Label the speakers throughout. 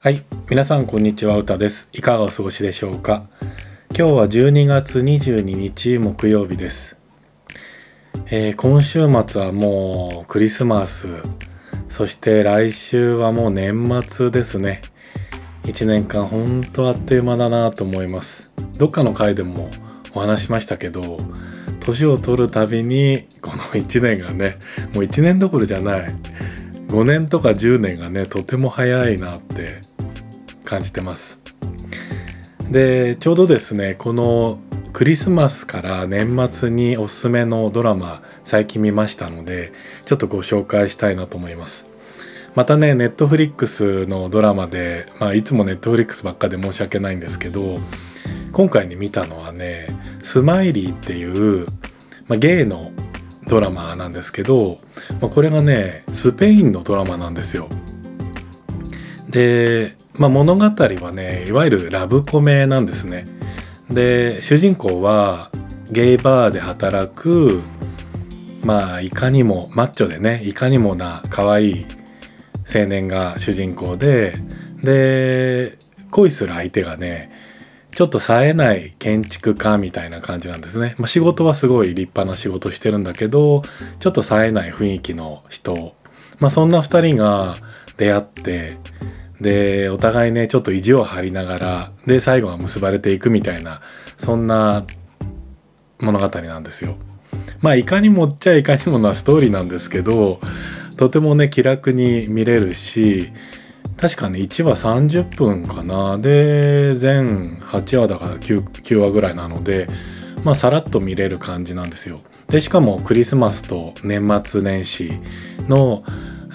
Speaker 1: はい。皆さん、こんにちは。歌です。いかがお過ごしでしょうか今日は12月22日木曜日です。えー今週末はもうクリスマス、そして来週はもう年末ですね。1年間ほんとあっという間だなと思います。どっかの回でもお話ししましたけど、年を取るたびにこの1年がね、もう1年どころじゃない。5年とか10年がね、とても早いなって感じてます。でちょうどですねこのクリスマスから年末におすすめのドラマ最近見ましたのでちょっとご紹介したいなと思いますまたねネットフリックスのドラマで、まあ、いつもネットフリックスばっかで申し訳ないんですけど今回に見たのはね「スマイリー」っていう、まあ、ゲイのドラマなんですけど、まあ、これがねスペインのドラマなんですよで、まあ、物語はねいわゆるラブコメなんですねで主人公はゲイバーで働くまあいかにもマッチョでねいかにもな可愛い青年が主人公でで恋する相手がねちょっと冴えない建築家みたいな感じなんですね、まあ、仕事はすごい立派な仕事してるんだけどちょっと冴えない雰囲気の人、まあ、そんな2人が出会ってでお互いねちょっと意地を張りながらで最後は結ばれていくみたいなそんな物語なんですよ。まあいかにもっちゃいかにもなストーリーなんですけどとてもね気楽に見れるし確かね1話30分かなで全8話だから 9, 9話ぐらいなのでまあさらっと見れる感じなんですよ。でしかもクリスマスと年末年始の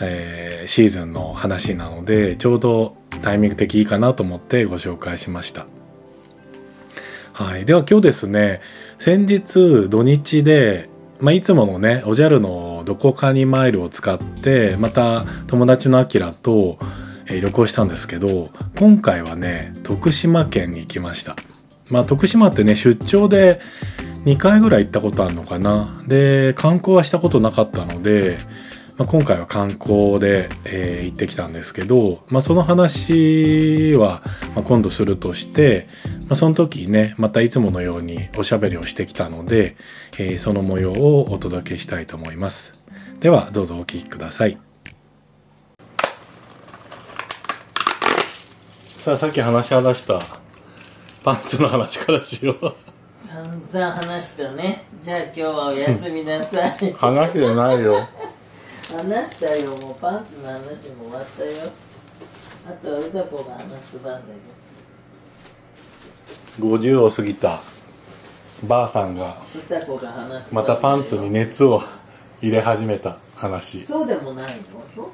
Speaker 1: えーシーズンの話なのでちょうどタイミング的いいかなと思ってご紹介しました。はい、では今日ですね先日土日で、まあ、いつものねおじゃるのどこかにマイルを使ってまた友達のあきらと、えー旅行したんですけど今回はね徳島県に行きました。まあ、徳島ってね出張で2回ぐらい行ったことあるのかなで観光はしたことなかったのでまあ、今回は観光で、えー行ってきたんですけど、まあ、その話は、まあ、今度するとして、まあ、その時ねまたいつものようにおしゃべりをしてきたので、えーその模様をお届けしたいと思いますではどうぞお聞きくださいさあさっき話し合わしたパンツの話からしよう
Speaker 2: 散々話したよねじゃあ今日はおやすみなさい
Speaker 1: 話じゃない よ
Speaker 2: 話したよもうパンツの話も終わったよあとはうだぽが話す番だ
Speaker 1: 50を過ぎたばあさんが
Speaker 2: けどうだぽが話す
Speaker 1: またパンツに
Speaker 2: ね
Speaker 1: 熱を入れ始めた話
Speaker 2: そうでもないの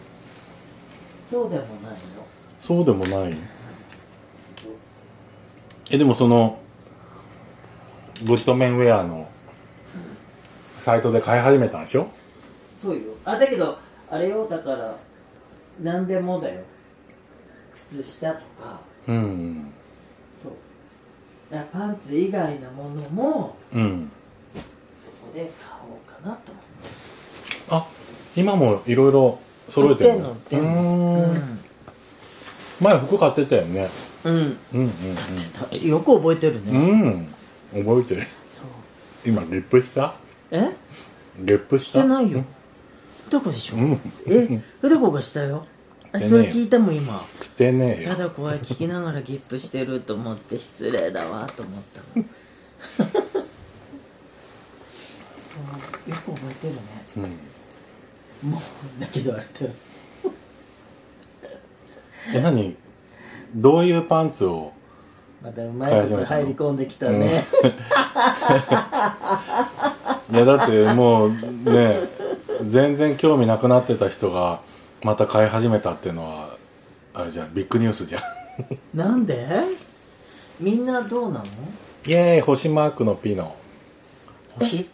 Speaker 2: そうでもないの
Speaker 1: そうでもないえでもそのグッドメンウェアのサイトで買い始めたんでしょ
Speaker 2: そうよあだけどあれよだから何でもだよ靴下とか
Speaker 1: うん
Speaker 2: そうだからパンツ以外のものも
Speaker 1: うん
Speaker 2: そこで買おうかなと思って
Speaker 1: あ今もいろいろ揃えてる
Speaker 2: 売ってんの
Speaker 1: うーん前服買ってたよね
Speaker 2: うん
Speaker 1: うん
Speaker 2: よく覚えてる
Speaker 1: うんうんうん覚えてる
Speaker 2: そう
Speaker 1: 今ゲップした
Speaker 2: え
Speaker 1: ゲップし
Speaker 2: したてないよどこでしょ、
Speaker 1: うん
Speaker 2: えうどこがしたよあ
Speaker 1: してねえよ
Speaker 2: それ聞いたもん今
Speaker 1: してねえよ
Speaker 2: やだ怖い聞きながらギップしてると思って失礼だわと思ったのそうよく覚えてるね
Speaker 1: うん
Speaker 2: もうだけどあれだよ
Speaker 1: え何どういうパンツを
Speaker 2: またうまいこと入り込んできたね、
Speaker 1: いやだってもうね全然興味なくなってた人がまた買い始めたっていうのはあれじゃんビッグニュースじゃん
Speaker 2: なんでみんなどうなの
Speaker 1: イエーイ星マークのピノ
Speaker 2: 星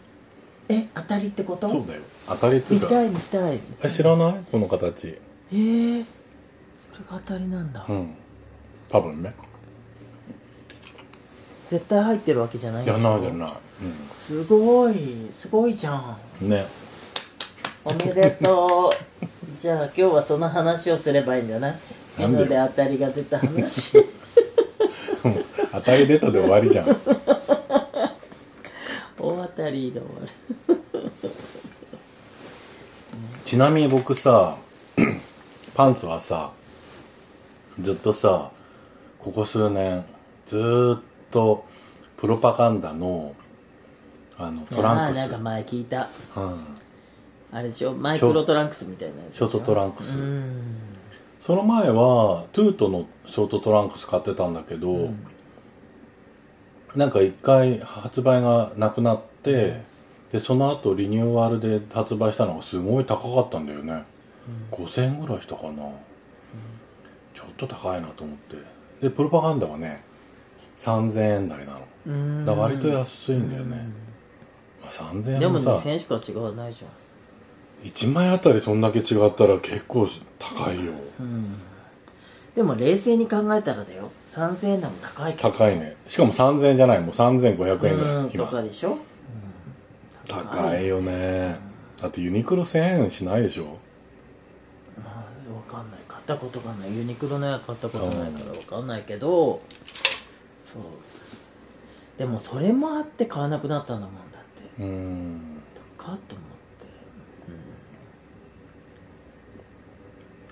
Speaker 2: え当たりってこと
Speaker 1: そうだよ当たりっつ
Speaker 2: 見
Speaker 1: うか
Speaker 2: たい見たい
Speaker 1: え知らないこの形
Speaker 2: へえそれが当たりなんだ、
Speaker 1: うん多分ね
Speaker 2: 絶対入ってるわけじゃないんで
Speaker 1: や
Speaker 2: しょ
Speaker 1: んないやんない、
Speaker 2: すごいすごいじゃん
Speaker 1: うん、ね
Speaker 2: おめでと うじゃあ今日はその話をすればいいんじゃない
Speaker 1: な
Speaker 2: なん
Speaker 1: で
Speaker 2: ので当たりが出 た話
Speaker 1: 当たり出たで終わりじゃん
Speaker 2: 大当たりで終わる
Speaker 1: ちなみに僕さ パンツはさずっとさここ数年ずーっとプロパガンダのあのトランク
Speaker 2: ああな
Speaker 1: ス
Speaker 2: んか前聞いた
Speaker 1: うん、
Speaker 2: あれでしょマイクロトランクスみたいなやつでし
Speaker 1: ショ
Speaker 2: ょ
Speaker 1: ートトランクス、
Speaker 2: うん
Speaker 1: その前はトゥートのショートトランクス買ってたんだけど、なんか一回発売がなくなって、でその後リニューアルで発売したのがすごい高かったんだよね、5000円ぐらいしたかな、ちょっと高いなと思ってでプロパガンダはね3000円台なの
Speaker 2: うん
Speaker 1: だから割と安いんだよね、まあ、3000円
Speaker 2: でも
Speaker 1: もさ
Speaker 2: 2000円しか違わないじゃ
Speaker 1: 1枚あたりそんだけ違ったら結構高いよ、
Speaker 2: ん、うん、でも冷静に考えたらだよ3000円でも高いけど
Speaker 1: 高いねしかも3000円じゃないもう3500円ぐら
Speaker 2: うん
Speaker 1: い
Speaker 2: と
Speaker 1: 今
Speaker 2: かでしょ
Speaker 1: 高いよねだってユニクロ1000円しないでしょ
Speaker 2: まあわかんない買ったことがないユニクロのや買ったことないからわかんないけどそうでもそれもあって買わなくなったんだもんだって
Speaker 1: うん
Speaker 2: 高っと思っ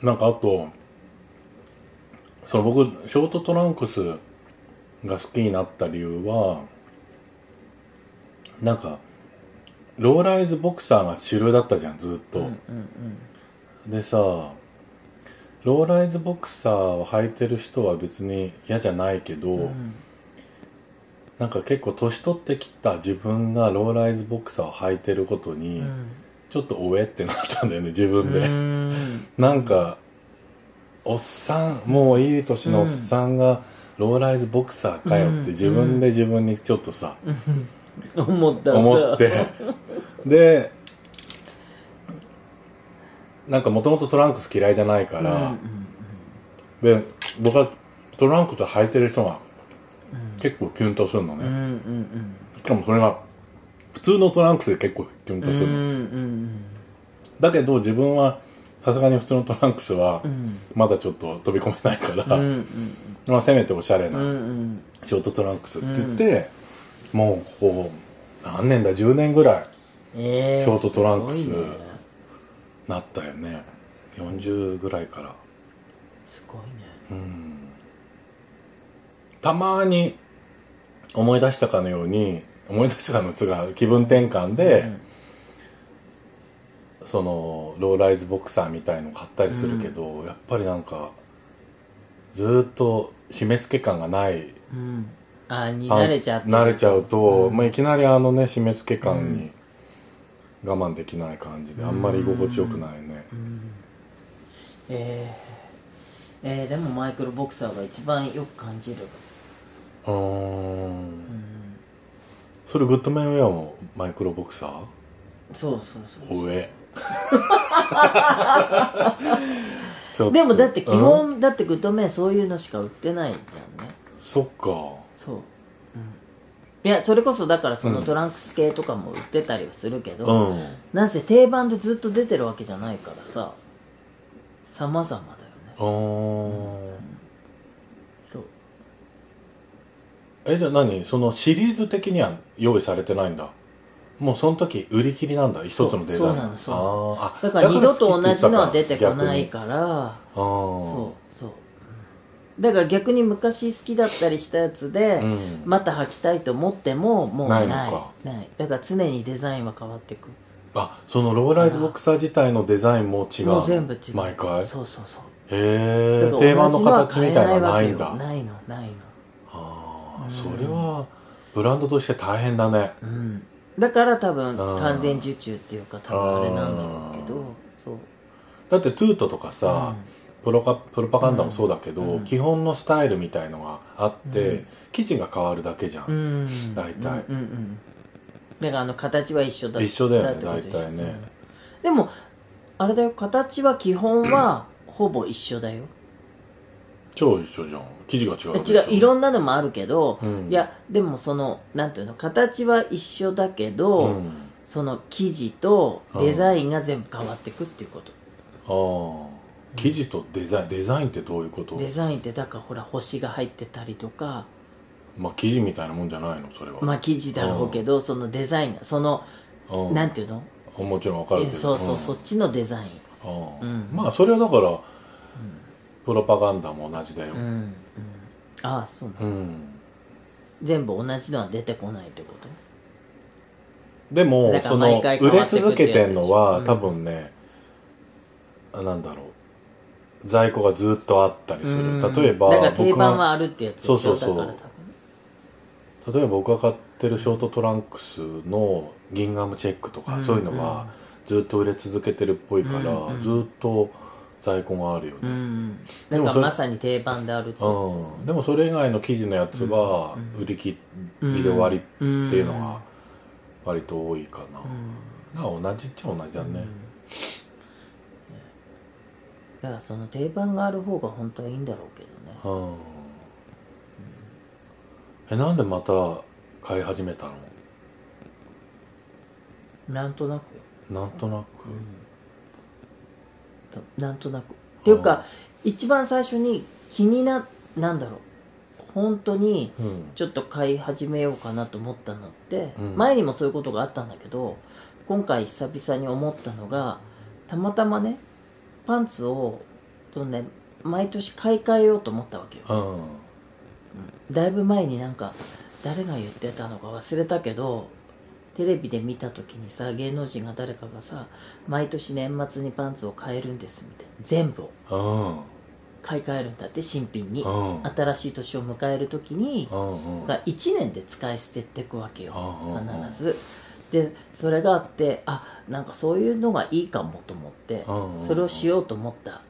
Speaker 1: なんかあとその僕ショートトランクスが好きになった理由はなんかローライズボクサーが主流だったじゃんずっと、
Speaker 2: てうんうん
Speaker 1: でさローライズボクサーを履いてる人は別に嫌じゃないけど、
Speaker 2: うん
Speaker 1: なんか結構年取ってきた自分がローライズボクサーを履いてることに、
Speaker 2: うん
Speaker 1: ちょっとおえってなったんだよね自
Speaker 2: う
Speaker 1: 分で、
Speaker 2: ん
Speaker 1: なんかおっさんもういい年のおっさんがローライズボクサーかよって自分で自分にちょっとさ、
Speaker 2: 思った
Speaker 1: 思 ってでなんかもともとトランクス嫌いじゃないか
Speaker 2: うんう
Speaker 1: ら、
Speaker 2: ん
Speaker 1: で僕はトランクス履いてる人が結構キュンとするのね、
Speaker 2: うんうん
Speaker 1: しかもそれが普通のトランクスで結構キュンと
Speaker 2: うんう
Speaker 1: す
Speaker 2: ん
Speaker 1: る、
Speaker 2: うん
Speaker 1: だけど自分はさすがに普通のトランクスは
Speaker 2: ん
Speaker 1: まだちょっと飛び込めないから、
Speaker 2: うんうん
Speaker 1: まあ、せめておしゃれ
Speaker 2: うんう
Speaker 1: なんショートトランクスって言って、もうこう何年だ10年ぐらい
Speaker 2: えー
Speaker 1: ショートトランクス
Speaker 2: すごいね
Speaker 1: なったよね40ぐらいから
Speaker 2: すごいね
Speaker 1: たまに思い出したかのように思い出したかのつが気分転換で、そのローライズボクサーみたいの買ったりするけど、やっぱりなんかずーっと締め付け感がない
Speaker 2: うんあーに慣れちゃって
Speaker 1: 慣れちゃうと、まあ、いきなりあのね締め付け感に我慢できない感じであんまり居心地よくないね、
Speaker 2: えーえーでもマイクロボクサーが一番よく感じる
Speaker 1: うーんそれグッドメンウェアもマイクロボクサー
Speaker 2: そうそう そう
Speaker 1: 上ちょっと
Speaker 2: でもだって基
Speaker 1: うん
Speaker 2: 本、だってグッドメンそういうのしか売ってないじゃんね
Speaker 1: そっか
Speaker 2: そう、うん、いやそれこそだからそのトランクス系とかも売ってたりはするけど、
Speaker 1: うん
Speaker 2: なんせ定番でずっと出てるわけじゃないからさ様々だよね
Speaker 1: あー
Speaker 2: そう
Speaker 1: えじゃあ何そのシリーズ的には用意されてないんだもうその時売り切りなんだ一つのデザイン
Speaker 2: そうそうなのそ
Speaker 1: あーあ
Speaker 2: だから二度と同じのは
Speaker 1: 好き
Speaker 2: 出
Speaker 1: って
Speaker 2: て
Speaker 1: 言
Speaker 2: こ
Speaker 1: ってたか
Speaker 2: な
Speaker 1: 逆
Speaker 2: い
Speaker 1: に
Speaker 2: から
Speaker 1: あー
Speaker 2: そうそうだから逆に昔好きだったりしたやつで、
Speaker 1: うん
Speaker 2: また履きたいと思ってももう
Speaker 1: な
Speaker 2: ないい
Speaker 1: の
Speaker 2: ない
Speaker 1: か
Speaker 2: だから常にデザインは変わっていく
Speaker 1: あそのローライズボクサー自体のデザインも違う
Speaker 2: もう全部違う
Speaker 1: 毎回へ
Speaker 2: そうそうそう
Speaker 1: え
Speaker 2: だから
Speaker 1: 定番
Speaker 2: 同
Speaker 1: の
Speaker 2: じは
Speaker 1: 形みたいなのはな
Speaker 2: 買
Speaker 1: い
Speaker 2: え
Speaker 1: んだ
Speaker 2: わけよないのないの
Speaker 1: あーそれはブランドとして大変だね
Speaker 2: うんだから多分
Speaker 1: あー
Speaker 2: 完全受注っていうか多分あれなんだろうけ
Speaker 1: あー
Speaker 2: どそう
Speaker 1: だってトゥートとかさ、プロカプロパガンダもそうだけど、
Speaker 2: うん
Speaker 1: 基本のスタイルみたいのがあって、生地が変わるだけじゃん、
Speaker 2: うん
Speaker 1: 大体
Speaker 2: うんうんうんだからあの形は一緒だ
Speaker 1: 一緒だよね
Speaker 2: ってこと
Speaker 1: 大
Speaker 2: でしょ
Speaker 1: 体ね、
Speaker 2: でもあれだよ形は基本はほぼ一緒だよ
Speaker 1: 超一緒じゃん生地が違うわけでしょ
Speaker 2: 違ういろんなのもあるけど、
Speaker 1: うん
Speaker 2: いやでもそのなんていうの形は一緒だけど、
Speaker 1: うん
Speaker 2: その生地とデザインが全部変わっていくっていうこと、
Speaker 1: あー生地とデザインデザインってどういうこと
Speaker 2: デザインってだからほら星が入ってたりとか
Speaker 1: まあ生地みたいなもんじゃないのそれは
Speaker 2: まあ生地だろうけど、そのデザインがその、
Speaker 1: うん
Speaker 2: なんていうの
Speaker 1: もちろんわかるけ
Speaker 2: え
Speaker 1: ど
Speaker 2: そうそう、
Speaker 1: ん
Speaker 2: そっちのデザイン
Speaker 1: ああ
Speaker 2: うん
Speaker 1: まあそれはだから、プロパガンダも同じだよ
Speaker 2: うん、うん、ああそうなの
Speaker 1: うん、
Speaker 2: 全部同じのは出てこないってこと
Speaker 1: でも
Speaker 2: だか
Speaker 1: そ
Speaker 2: ら
Speaker 1: の
Speaker 2: 毎回変
Speaker 1: 売
Speaker 2: わ
Speaker 1: れ
Speaker 2: ってく
Speaker 1: 続けてんのは、
Speaker 2: ってやつでしょ
Speaker 1: 多
Speaker 2: うん
Speaker 1: 分ねあなんだろう在庫がずっとあったりする、
Speaker 2: うん
Speaker 1: 例えば
Speaker 2: だから定
Speaker 1: 僕
Speaker 2: 番は
Speaker 1: が
Speaker 2: あるってやつでし
Speaker 1: そ
Speaker 2: ょ
Speaker 1: うそうそう
Speaker 2: だから多分
Speaker 1: 例えば僕が買ってるショートトランクスのギンガムチェックとか、
Speaker 2: うん
Speaker 1: そういうのはずっと売れ続けてるっぽいから、
Speaker 2: うんうん
Speaker 1: ずっと在庫があるよね、
Speaker 2: うん
Speaker 1: で
Speaker 2: だ
Speaker 1: も
Speaker 2: から
Speaker 1: それ
Speaker 2: まさに定番であるってや
Speaker 1: うん、でもそれ以外の記事のやつは売り切りで終わりっていうのが割と多いかな、が同じっちゃ同じだね、
Speaker 2: つだからその定番がある方が本当はいいんだろうけどね
Speaker 1: うんえなんでまた買い始めたの
Speaker 2: なんとなく
Speaker 1: なんとな
Speaker 2: なんとなくっていうか一番最初に気にななんだろう本当に
Speaker 1: くうん
Speaker 2: ちょっと買い始めようかなと思ったのって、
Speaker 1: うん
Speaker 2: 前にもそういうことがあったんだけど今回久々に思ったのがたまたまねパンツをとね毎年買い替えようと思ったわけよ
Speaker 1: うん
Speaker 2: だいぶ前になんか誰が言ってたのか忘れたけどテレビで見た時にさ芸能人が誰かがさ毎年年末にパンツを買えるんですみたいな全部を
Speaker 1: うん
Speaker 2: 買い替えるんだって新品に
Speaker 1: うん
Speaker 2: 新しい年を迎える時に
Speaker 1: うんうん
Speaker 2: が1年で使い捨てっていくわけよ
Speaker 1: うんうんうん
Speaker 2: 必ずでそれがあってあなんかそういうのがいいかもと思って
Speaker 1: うんうんうん
Speaker 2: それをしようと思った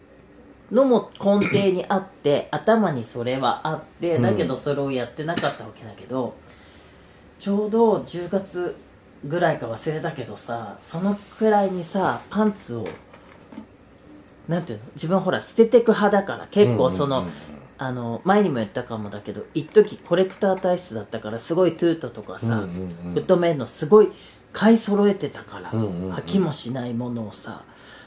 Speaker 2: のも根底にあって頭にそれはあってだけ
Speaker 1: う
Speaker 2: ど
Speaker 1: ん
Speaker 2: それをやってなかったわけだけど、ちょうど10月ぐらいか忘れたけどさそのくらいにさパンツをなんていうの自分ほら捨ててく派だから結構そ
Speaker 1: う
Speaker 2: の、
Speaker 1: んうんうん
Speaker 2: あの前にも言ったかもだけど一時コレクター体質だったからすごいトゥートとかさ、
Speaker 1: うんうんうん
Speaker 2: フットメンのすごい買い揃えてたから、
Speaker 1: うんうんうん
Speaker 2: 飽きもしないものをさ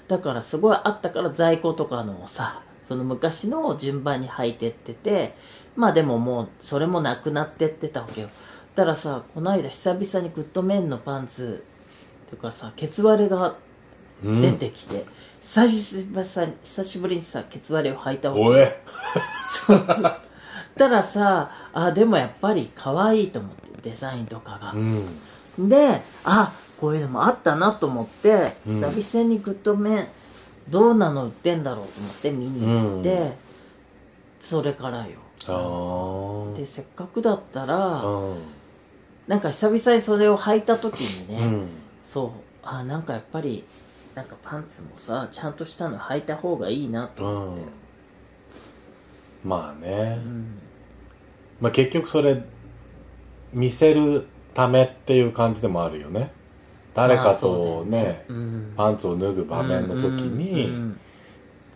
Speaker 2: だからすごいあったから在庫とかのをさその昔のを順番に履いてっててまあでももうそれもなくなってってたわけよだからさこの間久々にグッドメンのパンツとかさケツ割れが
Speaker 1: うん
Speaker 2: 出てきて、久しぶり久しぶりにさケツ割れを履いたわけ
Speaker 1: おえ
Speaker 2: そうそう。たらさ、あ、でもやっぱり可愛いと思って、デザインとかが
Speaker 1: う。ん
Speaker 2: で、あ、こういうのもあったなと思って、
Speaker 1: うん
Speaker 2: 久々にグッドメン、どうなの売ってんだろうと思って見に行って、
Speaker 1: うん
Speaker 2: それからよ。
Speaker 1: ああ
Speaker 2: で、せっかくだったら、
Speaker 1: うん
Speaker 2: なんか久々にそれを履いた時にね、
Speaker 1: うん
Speaker 2: そう、あ、なんかやっぱり、なんかパンツもさ、ちゃんとしたの履いた方がいいなと
Speaker 1: う
Speaker 2: 思
Speaker 1: ん
Speaker 2: って。
Speaker 1: まあね、
Speaker 2: うん
Speaker 1: まあ、結局それ見せるためっていう感じでもあるよね誰
Speaker 2: まあ
Speaker 1: か
Speaker 2: そ
Speaker 1: と
Speaker 2: うだよ
Speaker 1: ね
Speaker 2: うん
Speaker 1: パンツを脱ぐ場面の時
Speaker 2: うんうんう
Speaker 1: に
Speaker 2: ん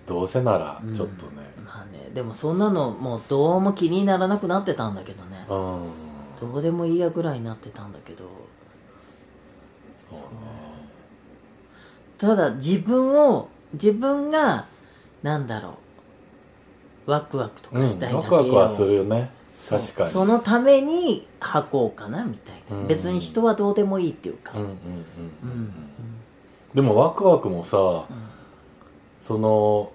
Speaker 1: どうせならちょっとね
Speaker 2: まあねでもそんなのもうどうも気にならなくなってたんだけどね
Speaker 1: うん
Speaker 2: どうでもいいやぐらいになってたんだけど
Speaker 1: そうね
Speaker 2: ただ自分を自分がなんだろうワクワクと
Speaker 1: う
Speaker 2: かしたい
Speaker 1: ん
Speaker 2: だ
Speaker 1: ワ
Speaker 2: け
Speaker 1: クワクはするよ
Speaker 2: よ
Speaker 1: ね
Speaker 2: そう
Speaker 1: 確かに
Speaker 2: そのために履こうかなみたいな、
Speaker 1: うん
Speaker 2: 別に人はどうでもいいっていうか
Speaker 1: うんうん
Speaker 2: う
Speaker 1: うん
Speaker 2: ん
Speaker 1: うんでもワクワクもさその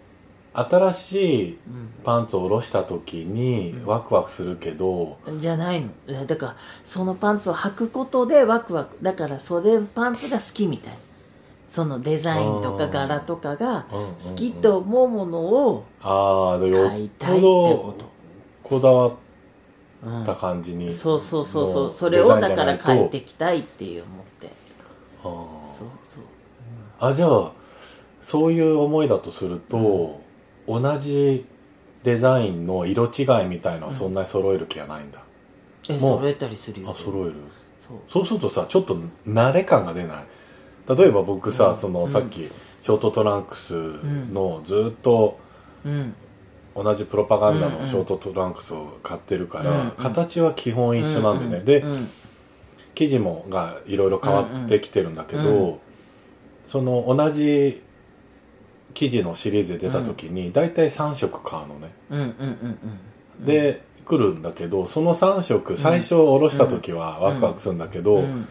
Speaker 1: 新しい
Speaker 2: うん
Speaker 1: パンツを下ろした時にワクワクするけど
Speaker 2: うんじゃないのだだからそのパンツを履くことでワクワクだからそれパンツが好きみたいなそのデザインと
Speaker 1: あ
Speaker 2: か
Speaker 1: ー
Speaker 2: 柄とかが
Speaker 1: うんうんうん
Speaker 2: 好きと思うものを
Speaker 1: ああでよっ
Speaker 2: 買いたい
Speaker 1: ぽ
Speaker 2: って
Speaker 1: ど
Speaker 2: こ
Speaker 1: こ
Speaker 2: と
Speaker 1: だわっ
Speaker 2: うん
Speaker 1: った感じに、
Speaker 2: そうそうそうそ
Speaker 1: の
Speaker 2: うそれを
Speaker 1: デザイ
Speaker 2: だ
Speaker 1: ンじ
Speaker 2: か
Speaker 1: ゃな
Speaker 2: ら
Speaker 1: いと
Speaker 2: 変えていきたいっていう思って
Speaker 1: あー
Speaker 2: そうそう
Speaker 1: あじゃあそういう思いだとすると、同じデザインの色違いみたいのはそんなに揃える気はないんだ、
Speaker 2: え
Speaker 1: もう
Speaker 2: 揃えたりする
Speaker 1: あ
Speaker 2: よ
Speaker 1: 揃える
Speaker 2: そう
Speaker 1: そうするとさちょっと慣れ感が出ない例えば僕さ、そのさっきショートトランクスのずっと
Speaker 2: うん
Speaker 1: 同じプロパガンダのショートトランクスを買ってるから、
Speaker 2: うんうん
Speaker 1: 形は基本一緒なんでね、
Speaker 2: うん
Speaker 1: で、
Speaker 2: うん
Speaker 1: 生地もがいろいろ変わってきてるんだけど、その同じ生地のシリーズで出た時に大体3色買うのね、
Speaker 2: うんうんうん
Speaker 1: で来るんだけどその3色最初おろした時はワクワクするんだけど、
Speaker 2: うんうん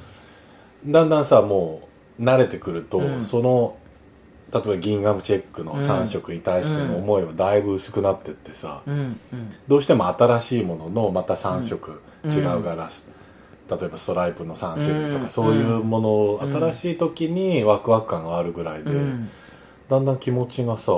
Speaker 1: だんだんさもう慣れてくると、
Speaker 2: うん
Speaker 1: その例えばギンガムチェックの3色に対しての思いはだいぶ薄くなってってさ、
Speaker 2: うんうん
Speaker 1: どうしても新しいもののまた3色
Speaker 2: うん
Speaker 1: 違う柄、例えばストライプの3種類とか、
Speaker 2: うん
Speaker 1: そういうものを
Speaker 2: うん
Speaker 1: 新しい時にワクワク感があるぐらいで、
Speaker 2: うん
Speaker 1: だんだん気持ちがさ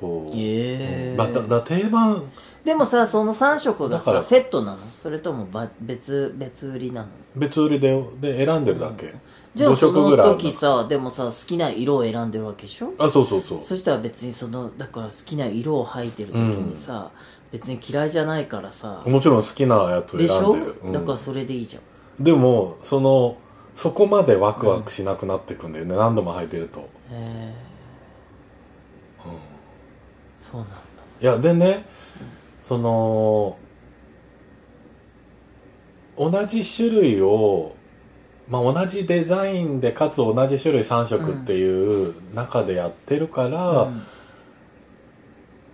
Speaker 1: こう、
Speaker 2: へえ
Speaker 1: まあだだ定番
Speaker 2: でもさその3色が
Speaker 1: だから
Speaker 2: さセットなのそれともば別別売りなの
Speaker 1: 別売りでで選んでるだけ、
Speaker 2: じゃあ
Speaker 1: 5
Speaker 2: そ
Speaker 1: 色
Speaker 2: の
Speaker 1: ぐらいあるんだ
Speaker 2: 時さでもさ好きな色を選んでるわけでしょ
Speaker 1: あそうそうそう
Speaker 2: そしたら別にそのだから好きな色を履いてる時にさ、別に嫌いじゃないからさ
Speaker 1: もちろん好きなやつ選んでる
Speaker 2: でしょ、
Speaker 1: うん
Speaker 2: だからそれでいいじゃん
Speaker 1: でもそのそこまでワクワクしなくなってくんだよね、何度も履いてると
Speaker 2: へえ、そうなんだ
Speaker 1: いやでねその同じ種類をまあ同じデザインでかつ同じ種類3色っていう中でやってるから、
Speaker 2: うん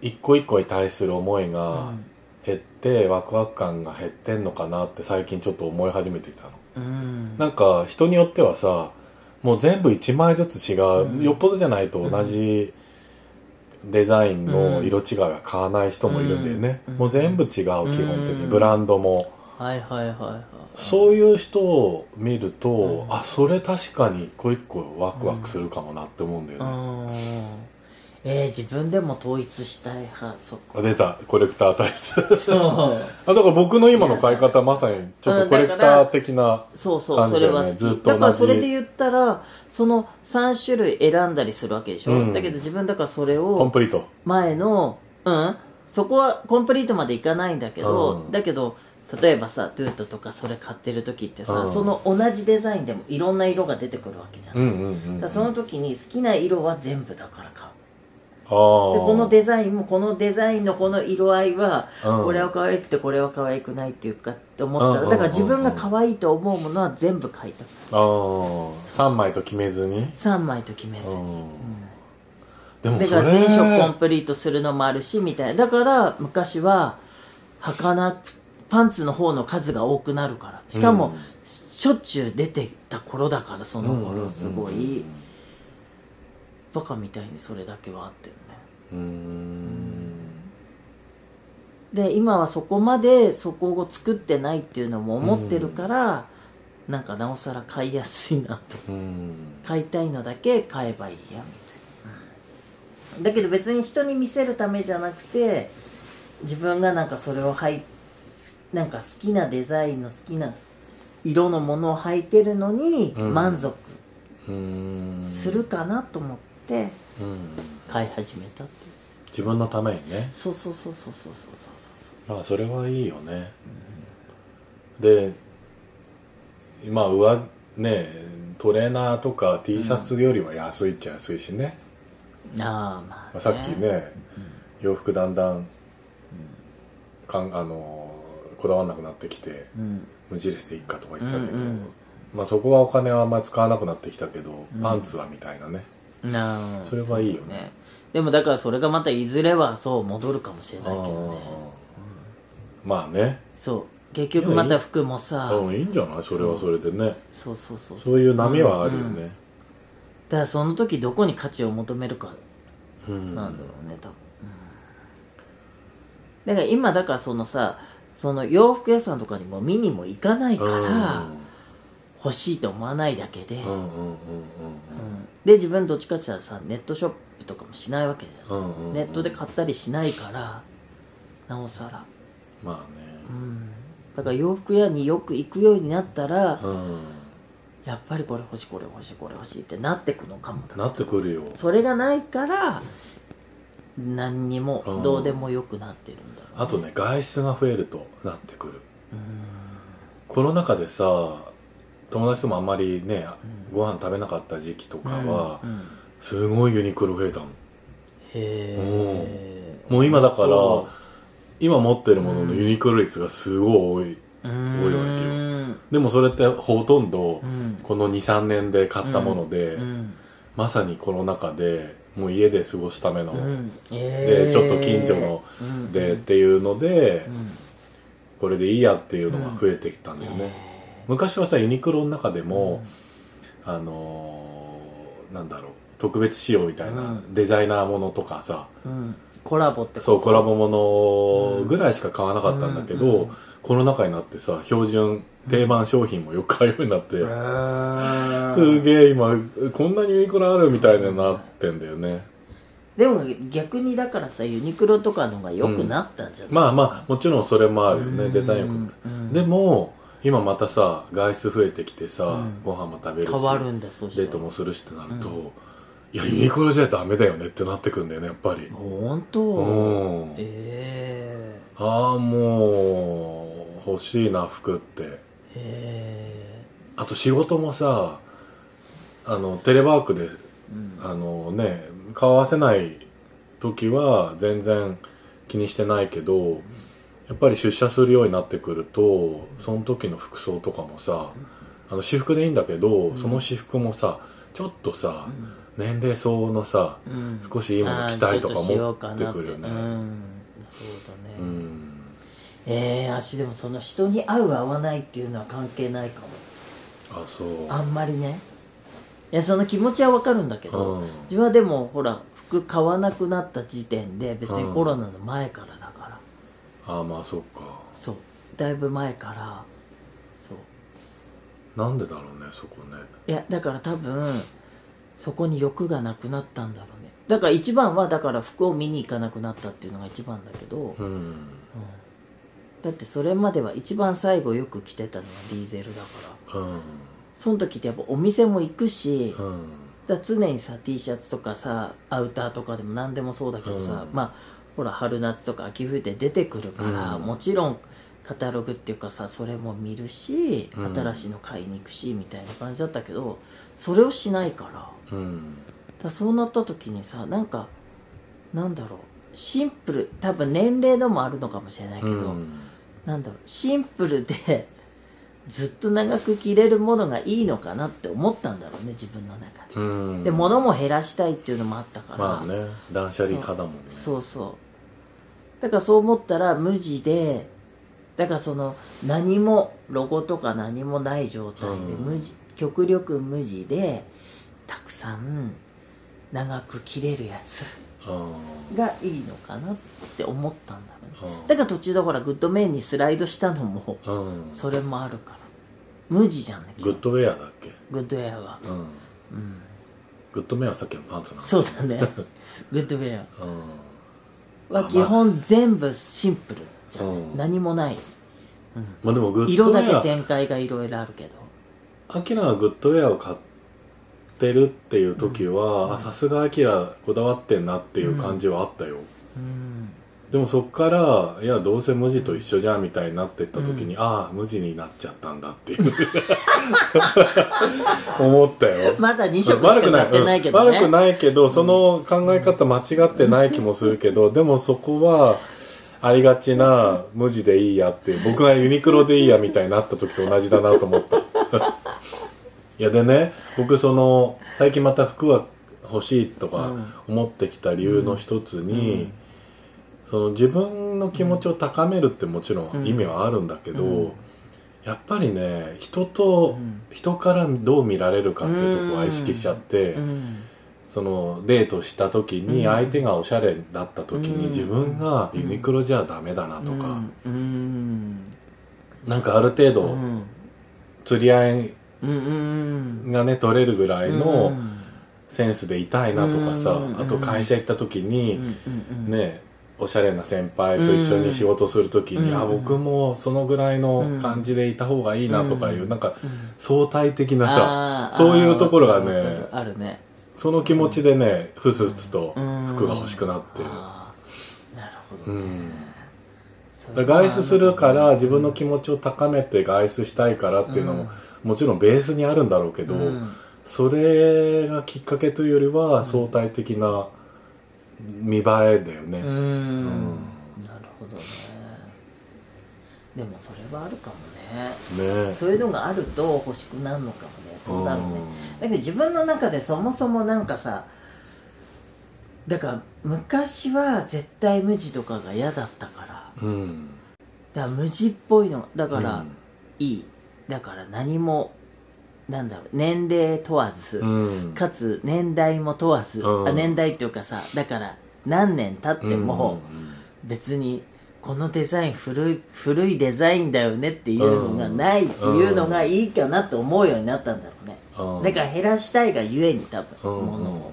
Speaker 1: 一個一個に対する思いうが
Speaker 2: ん
Speaker 1: 減って、ワクワク感が減ってんのかなって最近ちょっと思い始めてきたの
Speaker 2: うん
Speaker 1: なんか人によってはさもう全部1枚ずつ違う、
Speaker 2: うん
Speaker 1: よっぽどじゃないと同じデザインの色違いは買わない人もいるんだよね、
Speaker 2: うん
Speaker 1: もう全部違う基本的に、
Speaker 2: うん
Speaker 1: ブランドも
Speaker 2: はいはいはいはい
Speaker 1: そういう人を見ると、
Speaker 2: うん
Speaker 1: あそれ確かに一個一個ワクワクするかもなって思うんだよ
Speaker 2: う
Speaker 1: ね、
Speaker 2: んえー、自分でも統一したい派そこ
Speaker 1: あ出たコレクター体質 あ
Speaker 2: そう
Speaker 1: だから僕の今の買い方まさにちょっとコレクター的な、
Speaker 2: そうそう、
Speaker 1: 感じだ
Speaker 2: それ
Speaker 1: よね
Speaker 2: は好き
Speaker 1: ずっと同じ
Speaker 2: だからそれで言ったらその3種類選んだりするわけでしょ、
Speaker 1: うん
Speaker 2: だけど自分だからそれ
Speaker 1: コン
Speaker 2: を
Speaker 1: プリート
Speaker 2: 前のうんそこはコンプリートまでいかないんだけど、
Speaker 1: うん
Speaker 2: だけど例えばさトゥートとかそれ買ってる時ってさ、
Speaker 1: うん
Speaker 2: その同じデザインでもいろんな色が出てくるわけじゃん、
Speaker 1: うんうんうん、
Speaker 2: だからその時に好きな色は全部だから買う
Speaker 1: あ
Speaker 2: でこの
Speaker 1: こ
Speaker 2: デザインもこのデザインのこの色合いは、
Speaker 1: うん
Speaker 2: これは可愛くてこれは可愛くないっていうかって思ったら、
Speaker 1: うん
Speaker 2: だから自分が可愛いと思うものは全部買いた
Speaker 1: あー3枚と決めずに
Speaker 2: 3枚と決めず
Speaker 1: う
Speaker 2: に、
Speaker 1: んでも
Speaker 2: だ
Speaker 1: そ
Speaker 2: か
Speaker 1: れ
Speaker 2: ら全色コンプリートするのもあるしみたいなだから昔は履かなくパンツの方の数が多くなるからしか
Speaker 1: うん
Speaker 2: もしょっちゅう出てた頃だからその頃す
Speaker 1: う
Speaker 2: ご
Speaker 1: んうんうん
Speaker 2: いバカみたいにそれだけはあってるね
Speaker 1: うーん
Speaker 2: で今はそこまでそこを作ってないっていうのも思ってるから、なんかなおさら買いやすいなと
Speaker 1: うん
Speaker 2: 買いたいのだけ買えばいいやみたいな、だけど別に人に見せるためじゃなくて自分がなんかそれをはいなんか好きなデザインの好きな色のものを履いてるのに
Speaker 1: うん
Speaker 2: 満足
Speaker 1: うーん
Speaker 2: するかなと思って
Speaker 1: うん
Speaker 2: 買い始めたっていう、
Speaker 1: 自分のためにね
Speaker 2: そうそうそうそうそうそうそうそう
Speaker 1: まあそれはいいよねでまあ上ねトレーナーとか T シャツよりは安いっちゃ安いしね、
Speaker 2: ああまあ、
Speaker 1: まあさっきね洋服だんだんかんあのーこだわんなくなってきて
Speaker 2: うん
Speaker 1: 無印でいっかとか言ってたけど、
Speaker 2: うんうん
Speaker 1: まあそこはお金はあんまり使わなくなってきたけど、パンツはみたいなね
Speaker 2: なあ
Speaker 1: それはいいよね
Speaker 2: ねでもだからそれがまたいずれはそう戻るかもしれないけどね
Speaker 1: うんまあね
Speaker 2: そう結局また服もさ
Speaker 1: うんいいんじゃないそれはそれでね
Speaker 2: そうそうそう
Speaker 1: そういう波はあるよ
Speaker 2: うんうんだ
Speaker 1: ね
Speaker 2: からその時どこに価値を求めるか
Speaker 1: うん
Speaker 2: なんだろうね多分、うんだから今だからそのさその洋服屋さんとかにも見にも行かないか
Speaker 1: うん
Speaker 2: ら欲しいと思わないだけで、
Speaker 1: うんうんうん
Speaker 2: うんで自分どっちかって言ったらさネットショップとかもしないわけじゃん
Speaker 1: うんうんうん
Speaker 2: ネットで買ったりしないからなおさら
Speaker 1: ま
Speaker 2: う
Speaker 1: あね
Speaker 2: んだから洋服屋によく行くようになったら
Speaker 1: うん
Speaker 2: やっぱりこれ欲しいこれ欲しいこれ欲しいってなってくのかもだ
Speaker 1: なってくるよ
Speaker 2: それがないから何にも
Speaker 1: うん
Speaker 2: どうでもよくなってるんだろう
Speaker 1: あとね外出が増えるとなってくるコロナ禍でさ友達ともあんまりねご飯食べなかった時期とかは
Speaker 2: うんうん
Speaker 1: すごいユニクロ増えたもん
Speaker 2: へえ
Speaker 1: もう今だから
Speaker 2: うん
Speaker 1: 今持ってるもののユニクロ率がすごい多い、
Speaker 2: うー
Speaker 1: 多いわけよ
Speaker 2: ん
Speaker 1: でもそれってほとんど
Speaker 2: うん
Speaker 1: この23年で買ったもので、
Speaker 2: うん
Speaker 1: まさにコロナ禍でもう家で過ごすための、
Speaker 2: うん
Speaker 1: で
Speaker 2: えー
Speaker 1: ちょっと近所の
Speaker 2: うん
Speaker 1: で、っていうので、
Speaker 2: うん
Speaker 1: これでいいやっていうのが増えてきたんだよね、昔はさユニクロの中でも、あのーなんだろう特別仕様みたいな、
Speaker 2: うん
Speaker 1: デザイナーものとかさ
Speaker 2: うんコラボってこと
Speaker 1: そうコラボものぐらいしか買わなかったんだけど、
Speaker 2: うんうん
Speaker 1: コロナ禍になってさ標準定番商品もよく買うようになって、
Speaker 2: うー
Speaker 1: す
Speaker 2: ん
Speaker 1: げえ今こんなにユニクロあるみたいになってんだよね
Speaker 2: でも逆にだからさユニクロとかのが良くなったんじゃない、
Speaker 1: まあまあもちろんそれもあるよね、
Speaker 2: うん
Speaker 1: デザインも、
Speaker 2: うん
Speaker 1: でも今またさ外出増えてきてさ、
Speaker 2: うん
Speaker 1: ご飯も食べるし
Speaker 2: 変わるんだそうした
Speaker 1: デ
Speaker 2: ら
Speaker 1: ートもするしってなると、いやユニクロじゃダメだよねってなってくんだよねやっぱり
Speaker 2: 本
Speaker 1: う
Speaker 2: 当
Speaker 1: ん
Speaker 2: え
Speaker 1: ああもう欲しいな服って
Speaker 2: ええ
Speaker 1: あと仕事もさあのテレワークで
Speaker 2: えうん
Speaker 1: あのね顔合わせない時は全然気にしてないけどやっぱり出社するようになってくるとその時の服装とかもさあの私服でいいんだけどその私服もさちょっとさ年齢相応のさ
Speaker 2: うん
Speaker 1: 少しいいもの着たいとか
Speaker 2: あーちょっしようかな
Speaker 1: 持ってくるよね
Speaker 2: うんなるほ
Speaker 1: う
Speaker 2: どね、
Speaker 1: ん
Speaker 2: ええ足でもその人に合う合わないっていうのは関係ないかも
Speaker 1: あそう
Speaker 2: あんまりねいやその気持ちはわかるんだけど、
Speaker 1: うん
Speaker 2: 自分はでもほら服買わなくなった時点で別にコロナの前からだから、
Speaker 1: あまあそうか
Speaker 2: そうだいぶ前からそう
Speaker 1: なんでだろうねそこね
Speaker 2: いやだから多分そこに欲がなくなったんだろうねだから一番はだから服を見に行かなくなったっていうのが一番だけど、うん
Speaker 1: うん
Speaker 2: だってそれまでは一番最後よく着てたのはディーゼルだから
Speaker 1: うん
Speaker 2: その時ってやっぱお店も行くし、
Speaker 1: うん
Speaker 2: だから常にさ T シャツとかさアウターとかでも何でもそうだけどさ、
Speaker 1: うん
Speaker 2: まあほら春夏とか秋冬って出てくるから、
Speaker 1: うん
Speaker 2: もちろんカタログっていうかさそれも見るし
Speaker 1: うん
Speaker 2: 新しいの買いに行くしみたいな感じだったけどそれをしないからだか
Speaker 1: うん
Speaker 2: らそうなった時にさなんかなんだろうシンプル多分年齢のもあるのかもしれないけど、
Speaker 1: うん
Speaker 2: なんだろうシンプルでずっと長く着れるものがいいのかなって思ったんだろうね自分の中で。
Speaker 1: うん
Speaker 2: で物も減らしたいっていうのもあったから、
Speaker 1: まあね断捨離派だもんね
Speaker 2: そうそうだからそう思ったら無地でだからその何もロゴとか何もない状態で
Speaker 1: うん
Speaker 2: 無地、極力無地でたくさん長く切れるやつ
Speaker 1: うん
Speaker 2: がいいのかなって思ったんだろうね
Speaker 1: うん
Speaker 2: だから途中だからグッドメインにスライドしたのも
Speaker 1: うん
Speaker 2: それもあるから無地じゃんね
Speaker 1: グッドウェアだっけ
Speaker 2: グッドエアは
Speaker 1: うん
Speaker 2: うん
Speaker 1: グッドウェアはさっきのパンツなの
Speaker 2: そう だねグッドウェア
Speaker 1: うん
Speaker 2: は基本全部シンプルじゃん、
Speaker 1: うん
Speaker 2: 何もない、うん
Speaker 1: まあでもグッド
Speaker 2: 色
Speaker 1: ウ
Speaker 2: だけ
Speaker 1: ェ
Speaker 2: 展開がいろいろあるけど
Speaker 1: アアキラがグッドウェアを買ってるっていう時は、あさすがアキラこだわってんなっていう感じはあったよ、
Speaker 2: うん
Speaker 1: でもそっからいやどうせ無地と一緒じゃんみたいになってった時に、ああ無地になっちゃったんだっていう 思ったよ
Speaker 2: まだ2色しか買ってないけどね
Speaker 1: 悪くないけどその考え方間違ってない気もするけど、でもそこはありがちな無地でいいやっていう僕がユニクロでいいやみたいになった時と同じだなと思った いやでね僕その最近また服が欲しいとか思ってきた理由の一つに、その自分の気持ちを高めるってもちろん意味はあるんだけど、
Speaker 2: うん
Speaker 1: やっぱりね人と、
Speaker 2: うん
Speaker 1: 人からどう見られるかっていうとこは意識しちゃって、
Speaker 2: うん
Speaker 1: そのデートした時に
Speaker 2: うん
Speaker 1: 相手がおしゃれだった時に
Speaker 2: うん
Speaker 1: 自分がユニクロじゃダメだなとか、
Speaker 2: うんうん
Speaker 1: なんかある程
Speaker 2: う
Speaker 1: 度
Speaker 2: ん
Speaker 1: 釣り合い
Speaker 2: うんうん
Speaker 1: がね取れるぐらい
Speaker 2: うん
Speaker 1: のセンスでいたいなとかさ、
Speaker 2: うん
Speaker 1: あと会社行った時に、
Speaker 2: うんうん
Speaker 1: ねおしゃれな先輩と一緒に仕事する時に、
Speaker 2: うん
Speaker 1: あ僕もそのぐらいの感じでいた方がいいなとかいう、
Speaker 2: うん
Speaker 1: なんか
Speaker 2: うん
Speaker 1: 相対的な
Speaker 2: あ
Speaker 1: さ
Speaker 2: ー
Speaker 1: そういうところが
Speaker 2: わかる
Speaker 1: ね
Speaker 2: わかるあるね
Speaker 1: その気持ちでねふすふすと
Speaker 2: うん
Speaker 1: 服が欲しくなってる。
Speaker 2: あーなるほ
Speaker 1: う
Speaker 2: どね
Speaker 1: ん
Speaker 2: そ
Speaker 1: だ
Speaker 2: れ
Speaker 1: か
Speaker 2: は
Speaker 1: ら外出するから自分の気持ちを高めて外出したいからっていうのも、もちろんベースにあるんだろうけど、
Speaker 2: うん
Speaker 1: それがきっかけというよりは相対的な見栄えだよね、
Speaker 2: うーん
Speaker 1: うん
Speaker 2: なるほどねでもそれはあるかもね
Speaker 1: ね
Speaker 2: そういうのがあると欲しくなるのかもねどうだろうね
Speaker 1: うん
Speaker 2: だけど自分の中でそもそもなんかさだから昔は絶対無地とかが嫌だったからだか
Speaker 1: うん
Speaker 2: ら無地っぽいのだから
Speaker 1: うん
Speaker 2: いい、だから何もなんだろう年齢問わず、
Speaker 1: うん
Speaker 2: かつ年代も問わず、
Speaker 1: うん
Speaker 2: あ年代っていうかさだから何年経っても
Speaker 1: う
Speaker 2: 別にこのデザイン古い古いデザインだよねっていうのがないっていうのがいいかなと思うようになったんだろうね、
Speaker 1: んうん
Speaker 2: だから減らしたいがゆえに多分、
Speaker 1: うん
Speaker 2: ものを、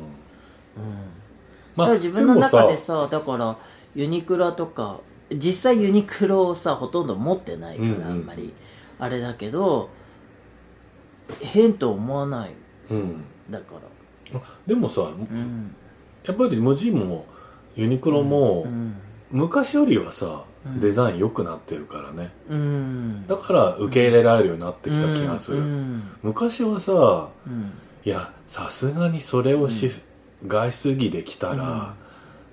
Speaker 1: ま
Speaker 2: だから自分の中で
Speaker 1: も
Speaker 2: さだからユニクロとか実際ユニクロをさほとんど持ってないから、
Speaker 1: うんうん
Speaker 2: あんまりあれだけど変と思わない
Speaker 1: うん
Speaker 2: だから
Speaker 1: でもさ
Speaker 2: うん
Speaker 1: やっぱり無地もユニクロも、
Speaker 2: うん
Speaker 1: 昔よりはさ
Speaker 2: うん
Speaker 1: デザイン良くなってるからね
Speaker 2: うん
Speaker 1: だから受け入れられるようになってきた気がする、
Speaker 2: うん
Speaker 1: 昔はさ
Speaker 2: うん
Speaker 1: いやさすがにそれをし、外出着できたら、
Speaker 2: うん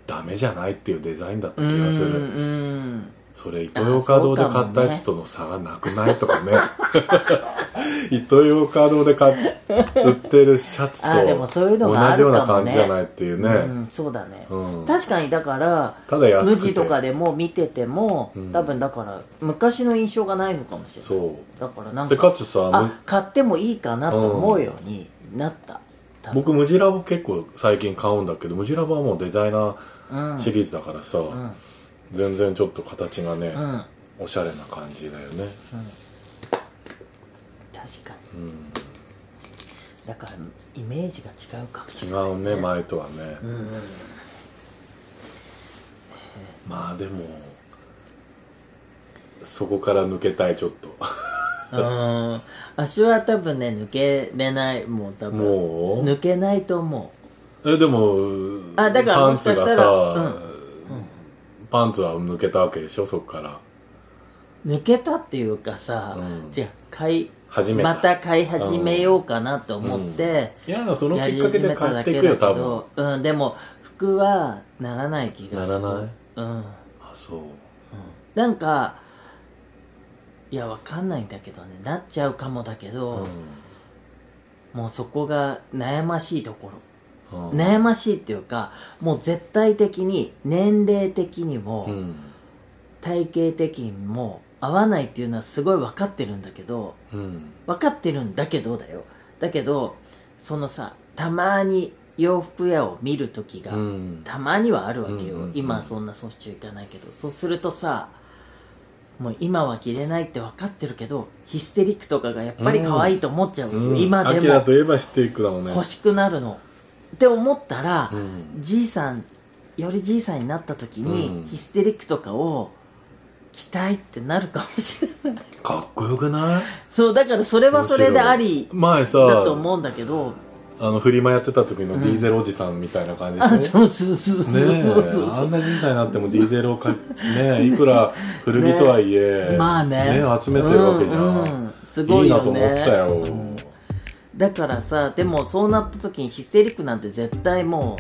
Speaker 1: ダメじゃないっていうデザインだった
Speaker 2: う
Speaker 1: 気
Speaker 2: ん
Speaker 1: がする、
Speaker 2: うん
Speaker 1: それイトーヨーカドーで買ったやつとの差がなくないとかね イトーヨーカドーで買っ売ってるシャツと
Speaker 2: あでもそういうの
Speaker 1: 同
Speaker 2: があ
Speaker 1: じよ
Speaker 2: る
Speaker 1: うな
Speaker 2: かも
Speaker 1: 感
Speaker 2: ね
Speaker 1: じじゃないっていうね、
Speaker 2: うんそうだね、
Speaker 1: うん
Speaker 2: 確かにだから
Speaker 1: ただ安くて
Speaker 2: 無地とかでも見てても、
Speaker 1: ん
Speaker 2: 多分だから昔の印象がないのかもしれない
Speaker 1: そ
Speaker 2: だからな
Speaker 1: うんで
Speaker 2: か
Speaker 1: かつさむ
Speaker 2: あ買ってもいいかなと思うようになった、多分
Speaker 1: 僕ムジラボ結構最近買うんだけどムジラボはもうデザイナーシリーズだからさ、
Speaker 2: うん
Speaker 1: 全然ちょっと形がね、
Speaker 2: うん
Speaker 1: おしゃれな感じだよね
Speaker 2: 確かに、だからイメージが違うかもし
Speaker 1: 違
Speaker 2: れないう
Speaker 1: ね前とはね、まあでもそこから抜けたいちょっ と
Speaker 2: うん足は多分ね抜けれないもう多分
Speaker 1: もう
Speaker 2: 抜けないと思
Speaker 1: えでも
Speaker 2: あだから
Speaker 1: パ
Speaker 2: も
Speaker 1: ン
Speaker 2: し
Speaker 1: ツ
Speaker 2: かした
Speaker 1: が
Speaker 2: ら
Speaker 1: さ、
Speaker 2: うん
Speaker 1: パンツは抜けたわけでしょそこから
Speaker 2: う抜けたっていうかさ、
Speaker 1: うん
Speaker 2: じゃあ買い
Speaker 1: 始めた
Speaker 2: また買い始めようかなと思って、
Speaker 1: いやその
Speaker 2: や
Speaker 1: き
Speaker 2: り
Speaker 1: っかけ
Speaker 2: 始
Speaker 1: で
Speaker 2: めた
Speaker 1: 買
Speaker 2: だ
Speaker 1: って
Speaker 2: け
Speaker 1: いくよ
Speaker 2: だけ
Speaker 1: 多分
Speaker 2: ど、うん、でも服はならない気がする
Speaker 1: ならない
Speaker 2: うん
Speaker 1: あそう
Speaker 2: なんかいやわかんないんだけどねなっちゃうかもだけど、もうそこが悩ましいところ
Speaker 1: うん、うん、
Speaker 2: 悩ましいっていうかもう絶対的に年齢的にも、
Speaker 1: うん
Speaker 2: 体型的にも合わないっていうのはすごい分かってるんだけど
Speaker 1: うん
Speaker 2: 分かってるんだけどだよだけどそのさたまに洋服屋を見る時が、
Speaker 1: うん
Speaker 2: たまにはあるわけよ、
Speaker 1: うんうんうん
Speaker 2: 今はそんなそっちゅういかないけどそうするとさもう今は着れないって分かってるけどヒステリックとかがやっぱり可愛いと思っちゃうわけよ、
Speaker 1: うん
Speaker 2: 今で
Speaker 1: アキラ
Speaker 2: も
Speaker 1: といえば知っていくだもんね
Speaker 2: 欲しくなるのって思ったら、
Speaker 1: うん
Speaker 2: じいさんよりじいさんになった時に、
Speaker 1: うん
Speaker 2: ヒステリックとかを着たいってなるかもしれない
Speaker 1: かっこよくない
Speaker 2: そうだからそれはそれであり
Speaker 1: 前さ
Speaker 2: だと思うんだけど
Speaker 1: あのフリマやってた時のディーゼルおじさんみたいな感じで
Speaker 2: あ
Speaker 1: しょ
Speaker 2: そうそうそうそう
Speaker 1: ね
Speaker 2: そうそう
Speaker 1: えあんな人材になってもディーゼルを かねえいくら古着とはいえ、
Speaker 2: まあね
Speaker 1: え集めてるわけじゃん、
Speaker 2: うんうんすごいよね
Speaker 1: なと思ったよ、
Speaker 2: だからさでもそうなった時にヒステリックなんて絶対も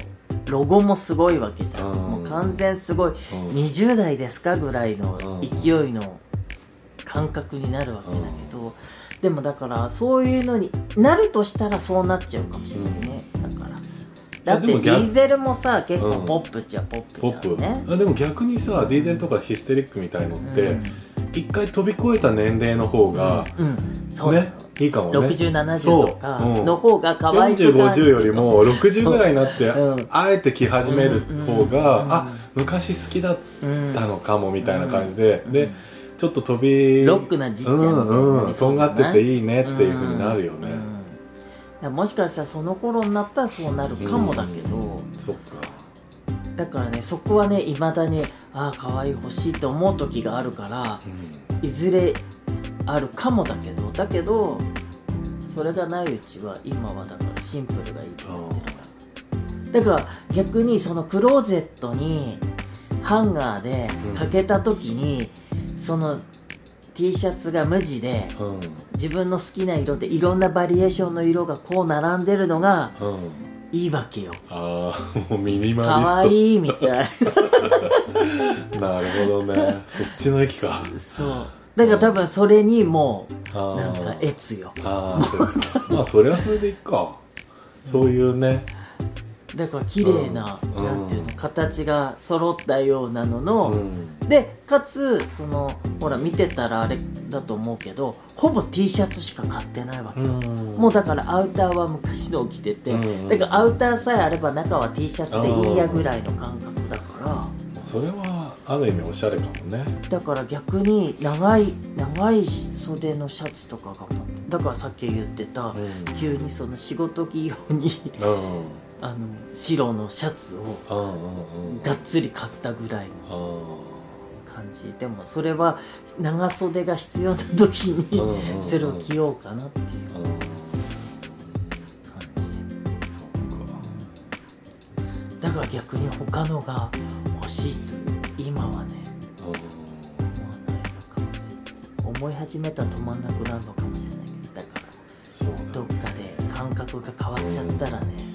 Speaker 2: うロゴもすごいわけじゃん、
Speaker 1: うん
Speaker 2: もう完全すごい、
Speaker 1: ん
Speaker 2: 20代ですかぐらいの
Speaker 1: うん
Speaker 2: 勢いの感覚になるわけだけど、でもだからそういうのになるとしたらそうなっちゃうかもしれないね、だからだっ
Speaker 1: で
Speaker 2: てデ
Speaker 1: も
Speaker 2: ィ
Speaker 1: ギャ
Speaker 2: ーゼルもさ結構
Speaker 1: うん
Speaker 2: ポップっちゃポップ
Speaker 1: ポ
Speaker 2: じゃ
Speaker 1: ップ、
Speaker 2: んね、
Speaker 1: あでも逆にさディーゼルとかヒステリックみたいのって、
Speaker 2: うん
Speaker 1: 一回飛び越えた年齢の方が、
Speaker 2: うんそうだよ
Speaker 1: ねいいかもね
Speaker 2: 6070とかの方が可愛く感じ
Speaker 1: 4050
Speaker 2: る
Speaker 1: よりも60ぐらいになって、
Speaker 2: うん
Speaker 1: あえて着始める方が、
Speaker 2: うん
Speaker 1: あ昔好きだったのかもみたいな感じで、でちょっと飛び
Speaker 2: ロックなじっちゃんみたいな
Speaker 1: うんうんとんがってていいねっていう
Speaker 2: ふ
Speaker 1: ふうになるよね、
Speaker 2: もしかしたらその頃になったらそうなるかもだけど、
Speaker 1: そっか
Speaker 2: だからねそこはねいまだにああ可愛い欲しいと思う時があるから
Speaker 1: う
Speaker 2: いずれあるかもだけどだけどそれがないうちは今はだからシンプルがいいと思ってるからだから逆にそのクローゼットにハンガーでかけた時に、その T シャツが無地で
Speaker 1: んうん
Speaker 2: 自分の好きな色でいろんなバリエーションの色がこう並んでるのが
Speaker 1: うん
Speaker 2: いいわけよ
Speaker 1: ああもうミニマリスト
Speaker 2: かわいいみたい
Speaker 1: なるほどねそっちの駅か
Speaker 2: そうだから多分それにも
Speaker 1: あ
Speaker 2: う
Speaker 1: ー
Speaker 2: なんかえつよ
Speaker 1: ああそうまあそれはそれでいいかそういうね
Speaker 2: だから綺麗な、
Speaker 1: うん
Speaker 2: なんていうの形が揃ったようなのの、
Speaker 1: うん
Speaker 2: でかつそのほら見てたらあれだと思うけどほぼ T シャツしか買ってないわけ、もうだからアウターは昔のを着てて、
Speaker 1: うん
Speaker 2: だからアウターさえあれば中は T シャツでいいやぐらいの感覚だから
Speaker 1: それはある意味おしゃれかもね
Speaker 2: だから逆に長い長い袖のシャツとかがだからさっき言ってた、
Speaker 1: う
Speaker 2: 急にその仕事着用に
Speaker 1: ん
Speaker 2: あの白のシャツを
Speaker 1: うんうんうん
Speaker 2: がっつり買ったぐらい
Speaker 1: あ
Speaker 2: の感じでもそれは長袖が必要な時に
Speaker 1: うんうんうん
Speaker 2: それを着ようかなっていう
Speaker 1: ーうん
Speaker 2: 感じ
Speaker 1: そ
Speaker 2: だから逆に他のが欲しいという今はね
Speaker 1: っかうん
Speaker 2: 思わないのかもしれない思い始めたら止まんなくなるのかもしれないけどだから
Speaker 1: そうだ
Speaker 2: どっかで感覚が変わっちゃったらね